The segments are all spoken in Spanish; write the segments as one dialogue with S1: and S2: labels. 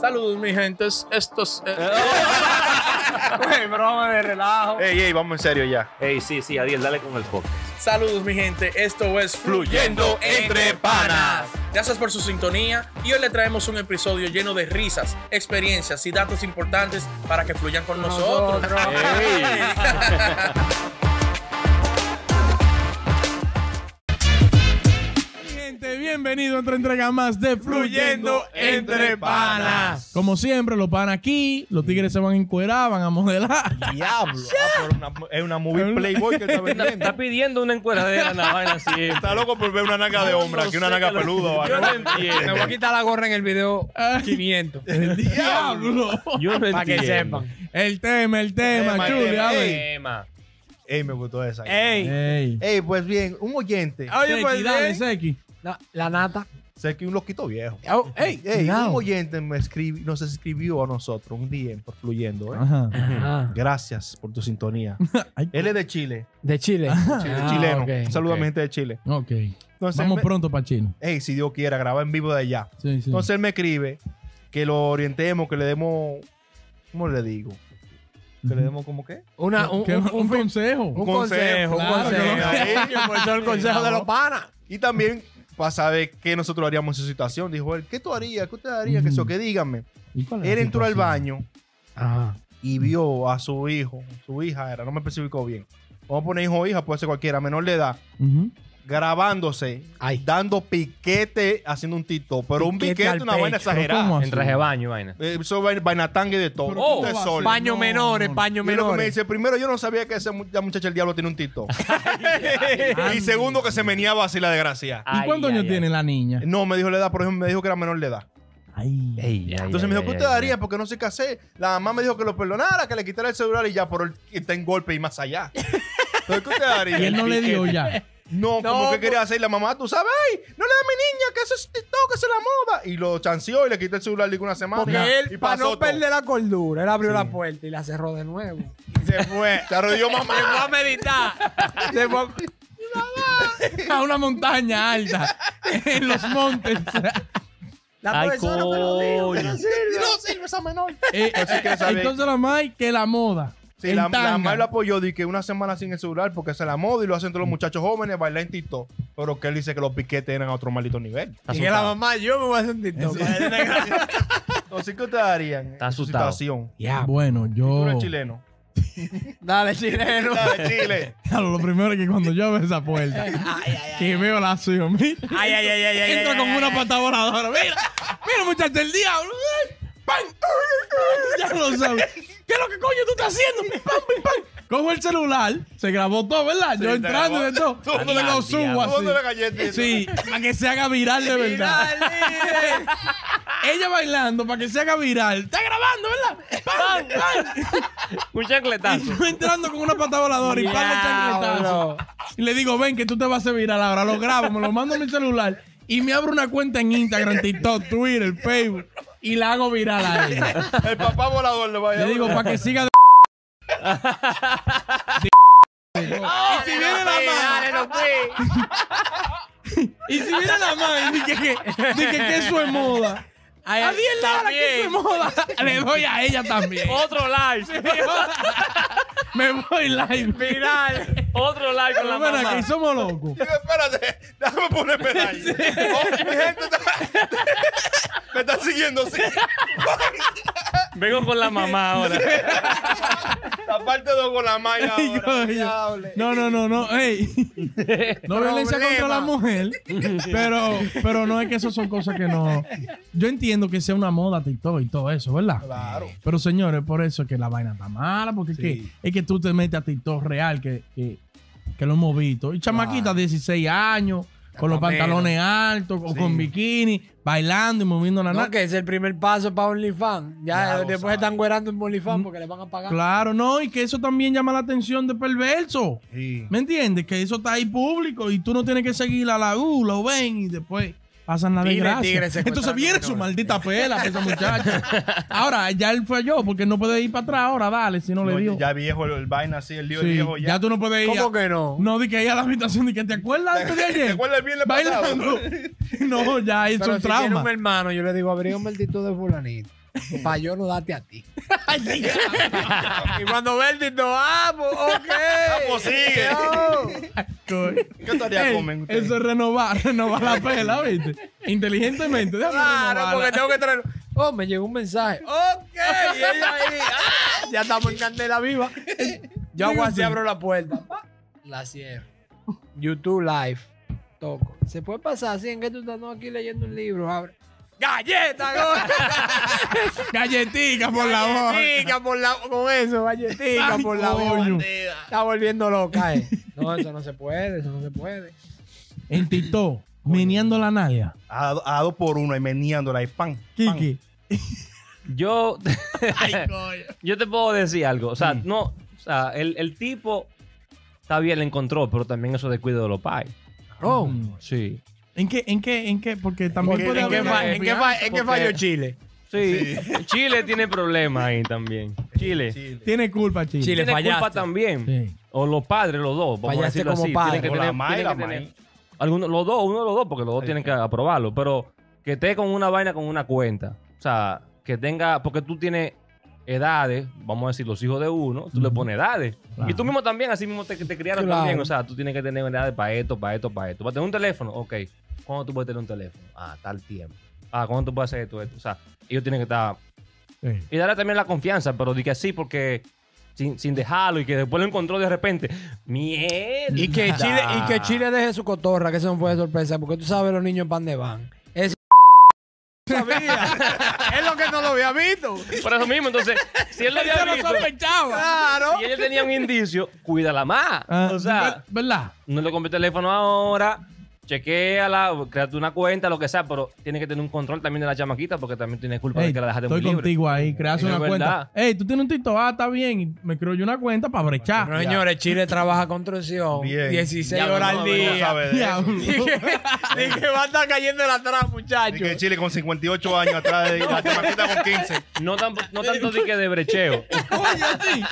S1: Saludos, mi gentes. Estos.
S2: eh,
S3: Güey, broma de relajo.
S4: Ey, ey, vamos en serio ya.
S5: Ey, sí, sí, Adiel, dale con el podcast.
S1: Saludos, mi gente. Esto es
S4: Fluyendo entre panas.
S1: Gracias por su sintonía y hoy le traemos un episodio lleno de risas, experiencias y datos importantes para que fluyan con nosotros.
S3: Nosotros.
S6: Gente, bienvenido a otra entrega más de Fluyendo Entre Panas. Como siempre, los panas aquí, los tigres se van a encuerar, van a modelar.
S4: Diablo. Ah, pero una- es una movie Playboy que está vendiendo.
S5: Está pidiendo una encueradera, una vaina así.
S4: Está loco por ver una naga de hombre aquí, una naga peluda. o
S5: Yo
S4: algo.
S5: no
S3: Me
S5: entiendo.
S3: voy a quitar la gorra en el video 500.
S6: El diablo.
S5: Yo no entiendo.
S3: Para que sepan.
S6: El tema, el tema,
S4: Tema,
S6: chuli,
S4: tema,
S6: a ver.
S5: Tema.
S4: Ey, me gustó esa.
S3: Ey,
S6: Ey.
S4: Ey, pues bien, un oyente.
S3: oye, pues
S6: Seki, dale,
S3: bien.
S6: Seki.
S3: La, la nata.
S4: Sé que un loquito viejo.
S3: Oh, ey,
S4: Ey,
S3: cuidado.
S4: un oyente me escribi- nos escribió a nosotros un DM por fluyendo. ¿eh?
S6: Ajá.
S3: Ah,
S4: Gracias por tu sintonía.
S6: Ay,
S4: Él es de Chile,
S3: de Chile.
S4: Chile
S3: Ah,
S4: chileno.
S3: ok,
S4: Un saludo a mi gente de Chile.
S6: ok.
S4: Entonces,
S6: Vamos
S4: me-
S6: pronto para China.
S4: ey, si Dios quiera, graba en vivo de allá.
S6: Sí, sí.
S4: Entonces él me escribe que lo orientemos, que le demos. ¿Cómo le digo? Que le demos como qué?
S3: Una, un,
S6: Que-
S3: un,
S6: un consejo.
S3: un consejo, un
S6: Claro,
S3: consejo.
S4: que lo-
S3: Pues eso es el consejo de los panas.
S4: Y también para saber qué nosotros haríamos en su situación. Dijo él, ¿qué tú harías? ¿Qué usted haría? Que eso,
S6: Ujú.
S4: que díganme.
S6: ¿Y cuál es
S4: Él
S6: la
S4: entró al
S6: situación?
S4: baño
S3: Ajá.
S4: y vio a su hijo, su hija era, no me especificó bien. Vamos a poner hijo o hija, puede ser cualquiera, menor de edad,
S6: Ujú.
S4: grabándose,
S3: Ay.
S4: dando piquete, haciendo un tito, pero un
S3: Piquete
S4: piquete,
S3: al
S4: una vaina
S3: pecho.
S6: Pero
S4: exagerada.
S6: ¿cómo
S5: En traje de baño, vaina.
S4: Eh, Eso vaina, vaina tanga y de todo.
S6: Pero
S4: Oh,
S6: ¿cómo
S4: de
S6: va a
S4: sol.
S6: ser?
S3: Paño
S6: No,
S3: menores,
S6: no, no.
S3: paño
S4: Y lo que me
S3: menores.
S4: dice, primero, yo no sabía que esa mu- la muchacha el diablo tiene un tito. y segundo, que se meneaba así la desgracia.
S6: ¿Y cuántos años tiene la niña?
S4: No, me dijo la edad, por ejemplo, me dijo que era menor de edad.
S6: Ay.
S4: Entonces me dijo, ¿qué usted haría? Porque no sé qué hacer. La mamá me dijo que lo perdonara, que le quitara el celular y ya, por el está en golpe y más allá. Entonces, ¿qué usted
S6: Y
S4: haría?
S6: él no le dio ya.
S4: No,
S3: No,
S4: como que
S3: por-
S4: quería hacer la mamá, tú sabes, ay, no le da a mi niña, que eso es TikTok, que eso es la moda. Y lo chanceó y le quitó el celular digo, una semana. y
S3: Porque él, para
S4: pasó
S3: no
S4: todo.
S3: perder la cordura, él abrió la puerta y la cerró de nuevo.
S4: Se fue. Se arrodilló
S3: Se fue
S4: mamá.
S3: a meditar. Se fue a-
S6: A una montaña alta. En los montes.
S3: La
S5: Ay,
S3: profesora te lo dijo, que no
S5: coño.
S3: sirve.
S4: No sirve esa menor.
S6: Eh,
S4: Entonces, ¿qué sabe?
S6: entonces la Mai que la moda.
S4: Sí,
S6: en
S4: la, la
S6: tanga.
S4: mamá lo apoyó de que una semana sin el celular porque se la moda y lo hacen todos los muchachos jóvenes bailar en TikTok. Pero que él dice que los piquetes eran a otro maldito nivel.
S3: Y que la mamá, yo me voy a hacer un TikTok.
S4: Entonces, ¿qué ustedes harían?
S5: Está
S4: en su
S5: asustado.
S4: Situación?
S3: Ya.
S6: Bueno,
S4: Tú
S6: yo.
S4: eres chileno.
S3: Dale, chileno.
S4: Dale, Chile.
S6: Claro, lo primero es que cuando yo abro esa puerta, que veo la suyo, mira,
S3: Ay, ay, ay, ay, ay.
S6: entra
S3: ay,
S6: como
S3: ay,
S6: una
S3: ay.
S6: pata voladora. Mira, mira, muchacho, el diablo. ¡ay! ¡Pam! Ya lo sabes. ¿Qué es lo que coño tú estás haciendo? ¡Pam, pam, pam! Cojo el celular, se grabó todo, ¿verdad? yo
S4: se
S6: entrando y de
S4: grabó.
S6: todo.
S4: Todo
S6: me
S5: la
S6: lo subo
S5: diablo.
S6: así.
S4: ¿Dónde la galleta?
S6: Sí, para que se haga viral de verdad.
S3: Mira, líder.
S6: Ella bailando para que se haga viral. Está grabando, ¿verdad? ¡Pam, pam!
S5: Un chancletazo.
S6: Yo entrando con una pata voladora y par de chancletazos.
S3: Diablo.
S6: Y le digo, ven, que tú te vas a hacer viral ahora. Lo grabo, me lo mando a mi celular y me abro una cuenta en Instagram, TikTok, Twitter, Facebook y la hago viral a ella.
S4: El papá volador le va a
S6: Le digo, para que siga de...
S3: Y si viene la madre.
S6: Y si viene la madre, dije que, dije que eso es moda.
S3: Ay,
S6: A
S3: ay,
S6: 10 dólares que eso es
S3: también.
S6: moda. Le doy a ella también.
S5: Otro live.
S6: Me voy live.
S3: Viral.
S5: Otro live con la
S6: Pero ven
S5: mamá.
S6: aquí, somos locos.
S4: Digo, espérate, déjame poner medalla. Oh, mi gente está- me están siguiendo, sí.
S5: Vengo con la mamá ahora.
S4: La parte de con la malla
S6: Ay,
S4: ahora.
S6: coño.
S4: Diable.
S6: No, no, no, no. Ey. No violencia contra la mujer. Pero, pero no es que eso son cosas que no. Yo entiendo que sea una moda TikTok y todo eso, ¿verdad?
S4: Claro.
S6: Pero señores, por eso es que la vaina está mala, porque es,
S4: Sí.
S6: que, es que tú te metes a TikTok real, que, que, que lo hemos visto. Y chamaquita de 16 años, con los
S4: más
S6: pantalones altos, o con bikini, bailando y moviendo la
S3: No,
S6: nalga.
S3: que es el primer paso para OnlyFans.
S4: Ya
S3: Ya,
S4: lo
S3: después
S4: sabe.
S3: están güerando en OnlyFans porque le van a pagar.
S6: Claro, no, y que eso también llama la atención de perverso.
S4: Sí.
S6: ¿Me entiendes? Que eso está ahí público y tú no tienes que seguir a la U, lo ven y después pasan la
S3: Tigre,
S6: desgracia.
S3: tigre, secuestran
S6: Entonces viene su
S3: menores.
S6: maldita pela para esa muchacha. Ahora, ya él falló porque no puede ir para atrás ahora, dale, si no,
S4: No,
S6: le dio.
S4: ya viejo el, el vaina así, el lío
S6: Sí,
S4: viejo
S6: ya.
S4: ya.
S6: tú no puedes ir.
S3: ¿Cómo
S6: a-
S3: que no?
S6: No, di que ahí a la habitación, di que te acuerdas antes de ayer.
S4: ¿Te acuerdas bien le pasado?
S6: Bailando. No, ya, eso
S3: Pero
S6: es un
S3: si tiene
S6: trauma.
S3: un hermano, yo le digo, abrí un maldito de fulanito. para yo no darte a ti.
S2: Y cuando ve el Tito, ah, pues, ok.
S4: ¿Cómo sigue? ¿Qué tarea comen ustedes?
S6: Eso es renovar, renovar la pela, ¿viste? Inteligentemente. déjame
S2: Claro,
S6: renovarla.
S2: porque tengo que traer.
S3: Oh, me llegó un mensaje.
S2: Ok, y ella ahí. ah, ya estamos en candela viva. Yo hago así, abro la puerta.
S3: La cierro. YouTube Live. Toco. ¿Se puede pasar así en que tú estás no, aquí leyendo un libro? Abre.
S2: ¡Galleta, go!
S6: Galletica por la boca.
S2: Galletica por la Con eso, galletica
S6: Ay,
S2: por la
S6: coño.
S2: boca. Está volviendo loca, eh.
S3: No, eso no se puede, eso no se puede.
S6: En TikTok, meneando la nalga.
S4: A, a dos por uno y meneándola y pan. pan.
S6: Kiki.
S5: Yo, yo te puedo decir algo. O sea, no, o sea, el, el tipo está bien, le encontró, pero también eso descuido de los pais.
S3: Oh,
S5: Mm, Sí.
S6: ¿En qué, en qué, en qué? Porque también
S4: qué-
S6: puede
S2: ¿En qué,
S6: haber
S2: fa-
S6: una
S2: en qué fa-
S6: confianza,
S2: en qué
S6: porque
S2: falló Chile?
S5: Sí. Chile tiene problemas ahí también. Chile.
S4: Chile.
S6: Tiene culpa, Chile.
S2: Chile.
S5: tiene culpa
S2: fallaste.
S5: también.
S6: Sí.
S5: O los padres, los dos. Vamos
S3: Fallaste
S5: a decirlo
S3: como
S5: así.
S3: padre.
S5: Tienen que
S4: O la
S5: tener-
S4: madre,
S5: tienen
S4: la
S5: que
S4: madre.
S5: tener- alguno- los dos, uno de los dos, porque los dos tienen que aprobarlo. Pero que esté con una vaina, con una cuenta. O sea, que tenga. Porque tú tienes edades, vamos a decir, los hijos de uno, tú le pones edades. Y tú mismo también, así mismo te, te criaron
S3: Claro.
S5: también. O sea, tú tienes que tener edades para esto, para esto, para esto. ¿Para tener un teléfono? Ok. ¿Cuándo tú puedes tener un teléfono? Ah, tal tiempo. Ah, ¿cuándo tú puedes hacer esto, esto? O sea, ellos tienen que estar
S6: Sí.
S5: y darle también la confianza, pero di que sí, porque sin, sin dejarlo y que después lo encontró de repente. Mierda.
S3: Y que Chile, y que Chile deje su cotorra, que eso no fue de sorpresa, porque tú sabes los niños en pan de van. Es
S2: Es lo que no lo había visto.
S5: Por eso mismo, entonces, si él lo había visto
S2: Claro.
S5: y ella tenía un indicio, cuídala más.
S6: Ah,
S5: o sea,
S6: ¿ver- ¿verdad?
S5: no le compre el teléfono ahora, chequéala, créate una cuenta, lo que sea, pero tiene que tener un control también de la chamaquita porque también tiene culpa
S6: Ey,
S5: de que la dejaste muy
S6: estoy
S5: libre.
S6: contigo ahí, creas
S5: Es
S6: una
S5: verdad.
S6: cuenta. Ey, tú tienes un TikTok, ah, está bien. y Me creo yo una cuenta para brechar.
S3: Bueno, señores, Chile trabaja construcción
S4: Bien.
S3: 16
S2: Ya,
S3: horas
S2: no,
S3: al
S2: no,
S3: día.
S4: ¿Cómo sabe de eso?
S6: Diablo.
S2: Dije, va a estar cayendo en la atrás,
S4: Y
S2: muchacho.
S4: que Chile con 58 años atrás de la chamaquita con 15.
S5: No, tampo- no tanto di que de brecheo.
S6: Coño, sí.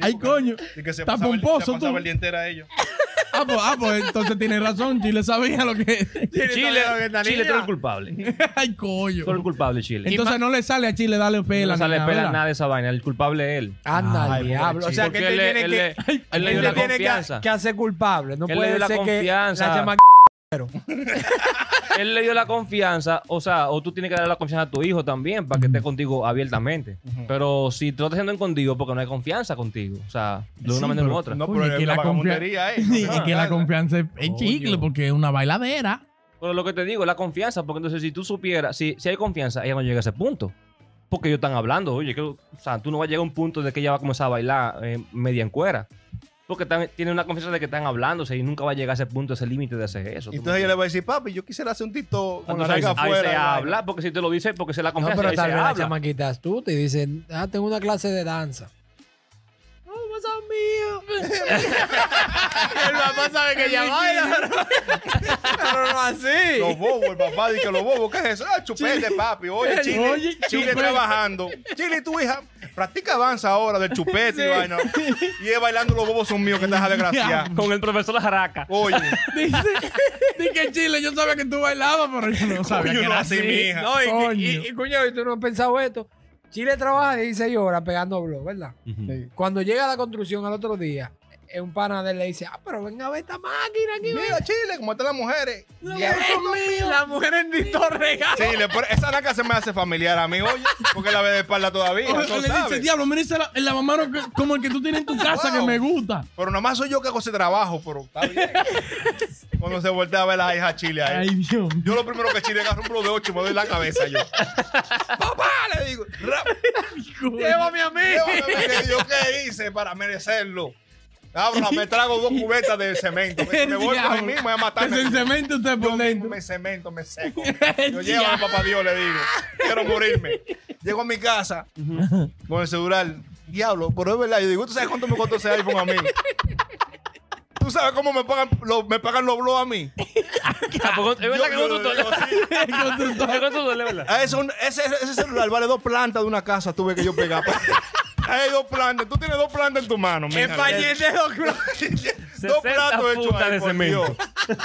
S6: Ay, coño.
S4: Y que se
S6: Está
S4: pasaba, el, se
S6: pomposo,
S4: pasaba
S6: tú.
S4: el día entero a ellos.
S6: Ah, pues, ah, pues entonces tienes razón. Chile sabía lo que.
S5: Chile,
S2: todavía no está
S5: Chile,
S2: niña.
S5: tú eres el culpable.
S6: Ay, coño.
S5: Tú eres el culpable, Chile.
S6: Entonces no le sale a Chile darle pela.
S5: no sale
S6: ni nada,
S5: pela
S6: ¿verdad?
S5: nada de esa vaina. El culpable es él.
S3: Anda,
S4: Ay,
S3: diablo. O sea,
S5: Porque
S2: que
S5: él,
S2: él
S5: le-
S2: tiene
S5: él
S2: que-
S5: le- él le dio
S3: él
S5: la
S3: le tiene
S5: confianza.
S3: que, que hacer culpable. No
S5: Él le
S3: puede
S5: dio la
S3: ser que
S5: confianza.
S3: la chama-
S5: Él le dio la confianza, o sea, o tú tienes que darle la confianza a tu hijo también para que esté contigo abiertamente. Pero si tú estás siendo contigo porque no hay confianza contigo, o sea, de una
S6: Sí,
S5: manera u
S6: pero-
S5: otra.
S4: No,
S6: Uy,
S4: pero
S6: es
S4: es
S6: que
S4: una
S6: la confia-
S4: vagabundería, ¿eh?
S6: Sí,
S4: No,
S6: es que la
S4: nada.
S6: confianza es, es chicle porque es una bailadera.
S5: Pero lo que te digo, la confianza, porque entonces si tú supieras, si, si hay confianza, ella no llega a ese punto. Porque ellos están hablando, oye, que, o sea, tú no vas a llegar a un punto de que ella va a comenzar a bailar eh, media en cuera. Porque están- tiene una confianza de que están hablándose y nunca va a llegar a ese punto, a ese límite de hacer eso. ¿tú me
S4: Entonces ella le va a decir, papi, yo quisiera hacer un tito con la
S5: Entonces,
S4: nalga
S5: ahí, ahí
S4: afuera.
S5: se
S4: y vaina.
S5: habla, porque si te lo dice, porque se la
S3: No,
S5: confianza,
S3: pero
S5: ahí
S3: tal
S5: se
S3: vez la
S5: habla.
S3: chamaquita es tú y dicen, ah, tengo una clase de danza.
S2: El papá sabe que ella baila, pero, pero no así.
S4: Los bobos, el papá dice que los bobos, ¿qué es eso? Ah, chupete, papi. Oye, Chile,
S6: Oye,
S4: Chile
S6: chupete.
S4: trabajando. Chile, tu hija, practica danza ahora del chupete y vaina. Y es bailando los bobos son míos, que te deja desgraciar.
S5: Con el profesor Jaraca.
S4: Oye,
S6: Dice, dije Chile, yo sabía que tú bailabas, pero yo no sabía
S4: Coño,
S6: que
S4: no,
S6: era
S4: así,
S6: así.
S4: mi hija.
S3: No, y,
S6: Coño.
S3: y- y, cuñado, ¿y tú no has pensado esto. Chile trabaja 16 horas pegando blog, ¿verdad? Cuando llega a la construcción al otro día, eh, un pana de él le dice, ah, pero venga a ver esta máquina aquí.
S4: mira, Chile, como están las mujeres.
S2: La mujer en Tito regala.
S4: Chile, pero esa naca se me hace familiar a mí, oye, porque la ve de espalda todavía.
S6: O-
S4: tú
S6: o le dice,
S4: sabes.
S6: diablo, mira esa la, la mamá no- que- como el que tú tienes en tu casa
S4: Wow.
S6: que me gusta.
S4: Pero nomás soy yo que hago ese trabajo, pero está bien. Cuando se voltea a ver a la hija Chile ahí.
S6: Ay, Dios. mío.
S4: Yo lo primero que Chile agarro un blow de ocho y me doy la cabeza yo. ¡Papá! Le digo, "Rap,
S2: Llévame a mí.
S4: llévame, que yo qué hice para merecerlo. Abro, me trago dos cubetas de cemento. Me, me voy para mí
S6: Diablo.
S4: mismo voy a
S6: Que se
S4: matarme.
S6: encemente usted
S4: Yo
S6: por
S4: mismo
S6: dentro.
S4: me cemento, me seco. Yo llevo a papá Dios, le digo. Quiero morirme. Llego a mi casa con el celular. Diablo, pero es verdad. Yo digo, ¿tú sabes cuánto me costó ese iPhone a mí? ¿Tú sabes cómo me pagan, los- me pagan los blogs a mí?
S5: Tampoco- Es verdad que
S4: Yo-
S5: con
S4: yo
S5: tu
S4: digo,
S5: tole-
S4: sí.
S6: Con tu-
S5: es con tu tole, ¿verdad?
S4: A eso- ese, ese celular vale dos plantas de una casa, tuve que yo pegar. Hay dos plantas, tú tienes dos plantas en tu mano. mija.
S2: Españete doctor.
S4: dos
S5: 60
S4: platos hechos
S5: puntas
S4: ahí,
S5: de
S4: por
S5: cemento.
S4: Dios.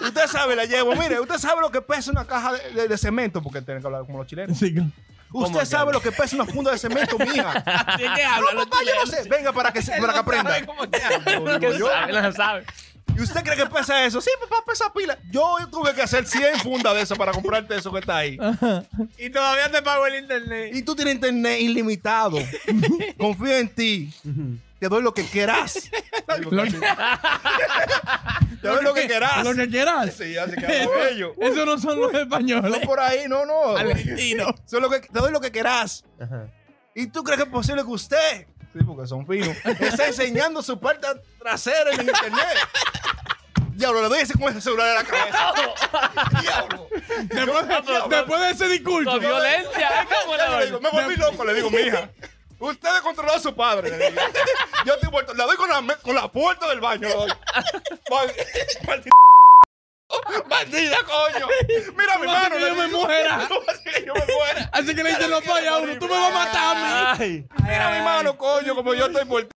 S4: Usted sabe, la llevo. Mire, usted sabe lo que pesa una caja de, de- de cemento, porque tienen que hablar como los chilenos.
S6: Sí, con-
S4: Usted sabe lo que pesa una funda de cemento, mija.
S6: ¿De qué habla?
S4: No,
S6: Los
S4: papá, yo no sé. Venga para que, se- para que aprenda. Digo yo.
S5: no sabe.
S4: ¿Y usted cree que pesa eso? Sí, papá, pesa pila. Yo tuve que hacer 100 fundas de eso para comprarte eso que está ahí.
S6: Ah.
S2: Y todavía te pago el internet.
S4: Y tú tienes internet ilimitado. Confío en ti. Te doy lo que quieras. Te doy lo que quieras.
S6: Lo que quieras.
S4: Sí, así que algo bello.
S6: Esos no son los españoles.
S4: No por ahí, no, no.
S6: Argentinos.
S4: Eso es lo que- te doy lo que quieras. ¿Y tú crees que es posible que usted, sí, porque son finos, está enseñando su parte trasera en internet? Diablo, le doy ese con ese celular en la cabeza. Diablo.
S6: Después, de- después de ese discurso.
S5: Con violencia, ¿eh? ¿Cómo
S4: Ya
S5: la
S4: le digo,
S5: vaina?
S4: me volví loco, le digo, mija. Usted descontroló a su padre. le digo. Yo estoy vuelto. La doy con la, me- con la puerta del baño. la doy. Mal- Maldita. Maldita, coño. Mira mi
S6: Tú haces
S4: mano.
S6: que
S4: le
S6: yo me
S4: digo.
S6: muera.
S4: Tú haces que yo me muera.
S6: Así que le dicen los payas a uno. Tú me vas a matar a mí.
S5: Ay,
S4: Mira mi mano, coño, como yo estoy vuelto.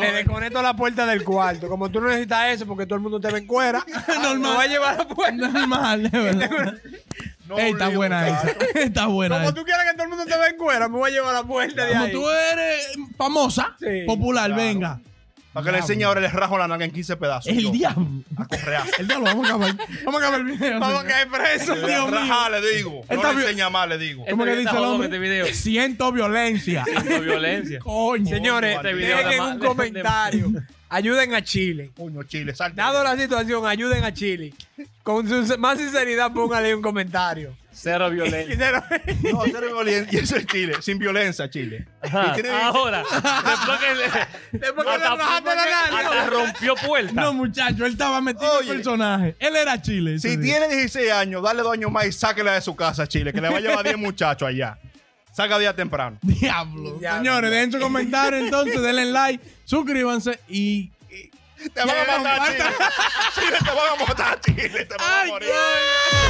S3: Le desconecto la puerta del cuarto. Como tú no necesitas eso porque todo el mundo te ve en cuera.
S6: Normal.
S3: Lo va a llevar a puerta.
S6: Normal, de verdad.
S4: No,
S6: Ey, está
S4: lío,
S6: buena esa.
S4: muchacho.
S6: Está buena
S3: Como
S6: esa.
S3: tú quieras que todo el mundo te ve en cuera, me voy a llevar a la puerta de
S6: Como
S3: ahí.
S6: tú eres popular,
S3: Sí,
S6: popular,
S4: claro.
S6: venga.
S4: Para que le enseñe ahora, le rajo la nalga en 15 pedazos.
S6: El
S4: yo.
S6: diablo.
S4: A correar.
S6: El diablo, vamos a acabar. Vamos a acabar el video.
S3: Vamos a
S6: señor.
S3: caer preso.
S4: Le
S6: Dios mío.
S4: raja, le digo.
S6: Esta
S4: No le
S6: vi-
S4: enseña más, le digo.
S5: Este
S6: ¿Cómo que
S5: video
S6: dice
S5: está
S6: el
S5: jodón,
S6: hombre?
S5: este video.
S6: Siento violencia.
S5: Con violencia.
S6: Coño.
S3: Señores,
S4: Este
S5: video
S3: dejen
S5: da ma-
S3: un
S5: de- de-
S3: comentario. Ayuden a Chile.
S4: Coño, Chile, salte.
S3: Dado la situación, ayuden a Chile. Con su- más sinceridad, pónganle un comentario.
S5: Cero violencia.
S4: No, cero violencia. Y eso es Chile. Sin violencia, Chile.
S5: Ajá, Ah,
S4: Y tiene-
S5: Ahora, después que le,
S3: Después que le
S5: hasta-
S3: rajaste la nalga.
S5: hasta rompió puerta.
S6: No, muchacho, él estaba metido en
S4: Oye.
S6: el personaje. Él era Chile.
S4: Si
S6: ese día.
S4: tiene 16 años, dale dos años más y sáquela de su casa, Chile, que le va a llevar 10 muchachos allá. Saca día temprano.
S6: Diablo.
S3: Diablo.
S6: Señores, dejen su comentario entonces, denle like, suscríbanse y.
S4: Te van a matar, Chile. Chile, te van a matar, Chile. Te van a morir.
S6: güey!